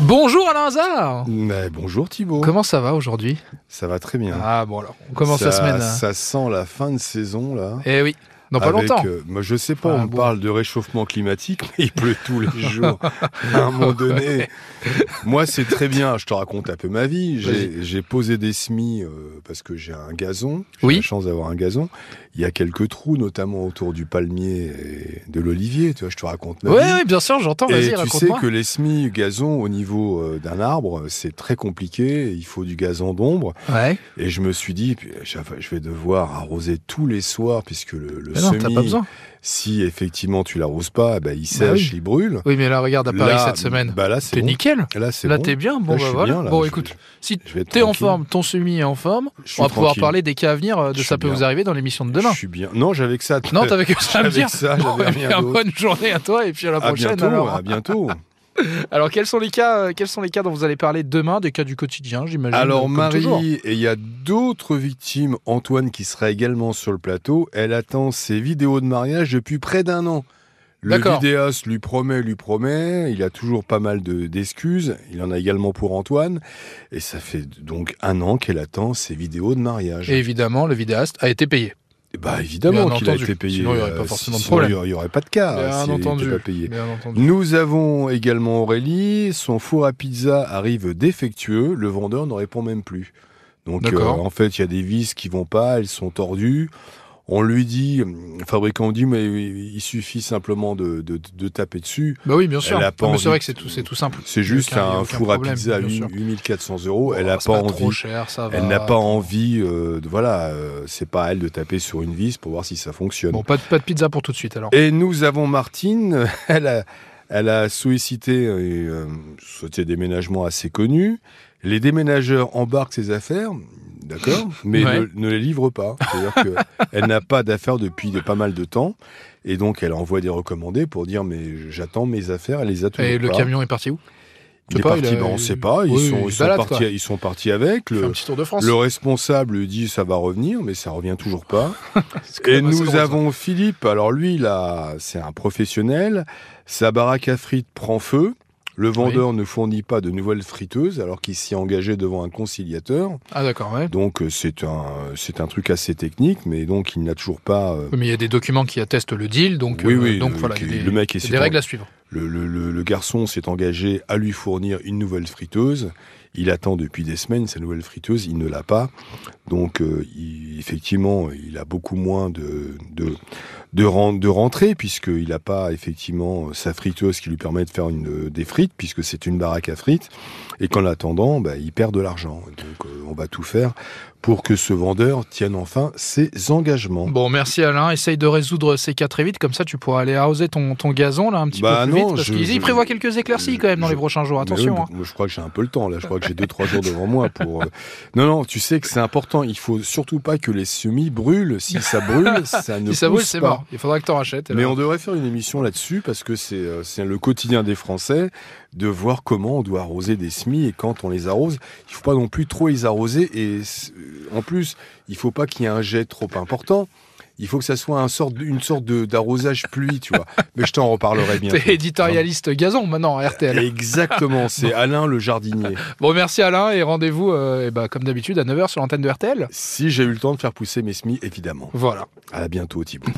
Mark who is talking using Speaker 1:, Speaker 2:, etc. Speaker 1: Bonjour Alain Hazard
Speaker 2: Mais bonjour Thibaut.
Speaker 1: Comment ça va aujourd'hui
Speaker 2: Ça va très bien.
Speaker 1: Ah bon alors, on commence
Speaker 2: ça,
Speaker 1: la semaine. là.
Speaker 2: Ça sent la fin de saison là.
Speaker 1: Eh oui, hein dans pas
Speaker 2: Avec,
Speaker 1: longtemps.
Speaker 2: euh, moi, je sais pas,
Speaker 1: Ah,
Speaker 2: on
Speaker 1: bon.
Speaker 2: parle de réchauffement climatique, mais il pleut tous les jours. à un moment donné, moi, c'est très bien. Je te raconte un peu ma vie. J'ai j'ai posé des semis euh, parce que j'ai un gazon. J'ai
Speaker 1: Oui.
Speaker 2: la chance d'avoir un gazon. Il y a quelques trous, notamment autour du palmier et de l'olivier. Tu vois, je te raconte ma
Speaker 1: Oui,
Speaker 2: vie.
Speaker 1: bien sûr, j'entends.
Speaker 2: Et
Speaker 1: Vas-y,
Speaker 2: tu sais
Speaker 1: raconte-moi.
Speaker 2: que les semis gazon au niveau euh, d'un arbre, c'est très compliqué. Il faut du gazon d'ombre.
Speaker 1: Ouais.
Speaker 2: Et je me suis dit, puis, je je vais devoir arroser tous les soirs, puisque le, le
Speaker 1: Mais non, t'as
Speaker 2: semis,
Speaker 1: pas besoin.
Speaker 2: si effectivement tu l'arroses pas, eh ben, il
Speaker 1: Bah oui.
Speaker 2: sèche, il brûle.
Speaker 1: Oui, mais là, regarde à Paris
Speaker 2: Là,
Speaker 1: cette semaine.
Speaker 2: bah là, c'est
Speaker 1: t'es
Speaker 2: bon.
Speaker 1: nickel.
Speaker 2: Là, c'est
Speaker 1: Là,
Speaker 2: bon.
Speaker 1: t'es bien. Bon,
Speaker 2: Là, je
Speaker 1: bah
Speaker 2: suis
Speaker 1: voilà.
Speaker 2: bien, là.
Speaker 1: bon,
Speaker 2: Je-
Speaker 1: écoute, si
Speaker 2: je vais être
Speaker 1: t'es en
Speaker 2: tranquille.
Speaker 1: forme, ton semis est en forme,
Speaker 2: Je suis
Speaker 1: on va pouvoir
Speaker 2: tranquille.
Speaker 1: parler des cas à venir euh, de
Speaker 2: Je
Speaker 1: Ça
Speaker 2: suis
Speaker 1: peut
Speaker 2: bien.
Speaker 1: vous arriver dans l'émission de demain.
Speaker 2: Je suis bien. Non, j'avais que ça. à te-
Speaker 1: Non, t'avais que ça à me
Speaker 2: J'avais
Speaker 1: dire.
Speaker 2: que ça,
Speaker 1: Bon,
Speaker 2: j'avais
Speaker 1: eh
Speaker 2: rien
Speaker 1: bien,
Speaker 2: d'autre.
Speaker 1: bonne journée à toi et puis à la
Speaker 2: à
Speaker 1: prochaine.
Speaker 2: bientôt,
Speaker 1: alors.
Speaker 2: à bientôt.
Speaker 1: Alors, quels sont les cas, euh, quels sont les cas dont vous allez parler demain, des cas du quotidien, j'imagine. euh,
Speaker 2: Alors
Speaker 1: comme toujours.
Speaker 2: Marie, et il y a d'autres victimes, Antoine qui sera également sur le plateau, elle attend ses vidéos de mariage depuis près d'un an. Le
Speaker 1: D'accord.
Speaker 2: vidéaste lui promet, lui promet, il a toujours pas mal de- d'excuses, il en a également pour Antoine, et ça fait donc un an qu'elle attend ses vidéos de mariage.
Speaker 1: Et évidemment, le vidéaste a été payé.
Speaker 2: Et bah
Speaker 1: Bien
Speaker 2: évidemment qu'il a
Speaker 1: entendu.
Speaker 2: été payé,
Speaker 1: Sinon, il y aurait
Speaker 2: euh,
Speaker 1: pas forcément de
Speaker 2: sinon, il y
Speaker 1: problème.
Speaker 2: aurait- il y aurait pas de cas hein,
Speaker 1: Bien
Speaker 2: s'il était
Speaker 1: entendu.
Speaker 2: Ah, pas payé.
Speaker 1: Bien entendu.
Speaker 2: Nous avons également Aurélie. Son four à pizza arrive défectueux. Le vendeur ne répond même plus. Donc, euh,
Speaker 1: D'accord.
Speaker 2: en fait, il y a des vis qui vont pas, elles sont tordues. On lui dit, le fabricant dit, mais il suffit simplement de, de- de taper dessus.
Speaker 1: Bah oui, bien sûr.
Speaker 2: Elle a pas
Speaker 1: Non, mais
Speaker 2: envie
Speaker 1: c'est vrai que
Speaker 2: de-
Speaker 1: c'est tout, c'est tout simple.
Speaker 2: C'est juste
Speaker 1: Aucun-
Speaker 2: un
Speaker 1: aucun
Speaker 2: four à
Speaker 1: problème,
Speaker 2: pizza à
Speaker 1: bien sûr.
Speaker 2: 8400 euros. elle
Speaker 1: Oh,
Speaker 2: n'a
Speaker 1: c'est
Speaker 2: pas
Speaker 1: Trop
Speaker 2: envie.
Speaker 1: cher, ça va.
Speaker 2: Elle n'a pas envie. euh, de, voilà, euh, c'est pas à elle de taper sur une vis pour voir si ça fonctionne.
Speaker 1: Bon, pas de, pas de pizza pour tout de suite alors.
Speaker 2: Et nous avons Martine, elle a, elle a sollicité, euh, sollicité des déménagements assez connus. Les déménageurs embarquent ses affaires, d'accord, mais
Speaker 1: Ouais.
Speaker 2: ne, ne les livrent pas. C'est-à-dire qu'elle n'a pas d'affaires depuis de- pas mal de temps. Et donc, elle envoie des recommandés pour dire Mais j'attends mes affaires, elle les a toujours
Speaker 1: Et le
Speaker 2: pas.
Speaker 1: camion est parti où je
Speaker 2: il
Speaker 1: sais
Speaker 2: est
Speaker 1: pas,
Speaker 2: parti,
Speaker 1: il a-
Speaker 2: ben, on ne sait pas. Ils,
Speaker 1: Oui,
Speaker 2: sont,
Speaker 1: il
Speaker 2: ils,
Speaker 1: se
Speaker 2: sont
Speaker 1: balade,
Speaker 2: partis,
Speaker 1: quoi.
Speaker 2: ils sont partis avec.
Speaker 1: Il fait un
Speaker 2: Le,
Speaker 1: petit tour de France.
Speaker 2: le responsable lui dit Ça va revenir, mais ça revient toujours pas. Et nous avons Philippe. Alors lui, là, c'est un professionnel. Sa baraque à frites prend feu. Le vendeur ne fournit pas de nouvelles friteuses alors qu'il s'y est engagé devant un conciliateur.
Speaker 1: Ah d'accord, ouais.
Speaker 2: Donc euh, c'est un c'est un truc assez technique, mais donc il n'a toujours pas. euh,
Speaker 1: Oui, Mais il y a des documents qui attestent le deal, donc,
Speaker 2: Oui,
Speaker 1: euh,
Speaker 2: oui,
Speaker 1: donc
Speaker 2: le-
Speaker 1: voilà, il y a
Speaker 2: qui-
Speaker 1: des,
Speaker 2: le mec est
Speaker 1: il y a des
Speaker 2: séparé.
Speaker 1: règles à suivre.
Speaker 2: le, le- le- le garçon s'est engagé à lui fournir une nouvelle friteuse. Il attend depuis des semaines sa nouvelle friteuse, il ne l'a pas. Donc euh, il- effectivement, il a beaucoup moins de, de, de, ren- de rentrées, puisqu'il n'a pas effectivement sa friteuse qui lui permet de faire une, des frites, puisque c'est une baraque à frites. Et qu'en attendant, bah, il perd de l'argent. Donc euh, on va tout faire pour que ce vendeur tienne enfin ses engagements.
Speaker 1: Bon, merci Alain. Essaye de résoudre ces cas très vite, comme ça tu pourras aller arroser ton, ton gazon là un petit
Speaker 2: Bah
Speaker 1: peu plus
Speaker 2: non,
Speaker 1: vite. Parce
Speaker 2: je-
Speaker 1: qu'ils y
Speaker 2: je-
Speaker 1: prévoient quelques éclaircies
Speaker 2: je-
Speaker 1: quand même dans
Speaker 2: je-
Speaker 1: les prochains jours.
Speaker 2: Mais
Speaker 1: Attention.
Speaker 2: oui,
Speaker 1: hein.
Speaker 2: mais Je crois que j'ai un peu le temps là. Je crois que j'ai deux trois jours devant moi pour. euh, Non non, tu sais que c'est important. Il faut surtout pas que les semis brûlent. Si ça brûle, ça ne
Speaker 1: Si ça
Speaker 2: pousse
Speaker 1: brûle, c'est
Speaker 2: pas.
Speaker 1: mort. Il faudra que t'en rachètes.
Speaker 2: Mais
Speaker 1: alors.
Speaker 2: on devrait faire une émission là-dessus parce que c'est euh, c'est le quotidien des Français de voir comment on doit arroser des semis et quand on les arrose, il faut pas non plus trop les arroser et c'est- euh, en plus il faut pas qu'il y ait un jet trop important. Il faut que ça soit un sorte, une sorte de- d'arrosage pluie, tu vois. Mais je t'en reparlerai bien.
Speaker 1: T'es éditorialiste gazon maintenant à RTL.
Speaker 2: Exactement, c'est Alain le jardinier.
Speaker 1: Bon, merci Alain et rendez-vous, euh, eh ben, comme d'habitude, à 9h sur l'antenne de RTL.
Speaker 2: Si j'ai eu le temps de faire pousser mes semis, évidemment.
Speaker 1: Voilà.
Speaker 2: À bientôt, Thibaut.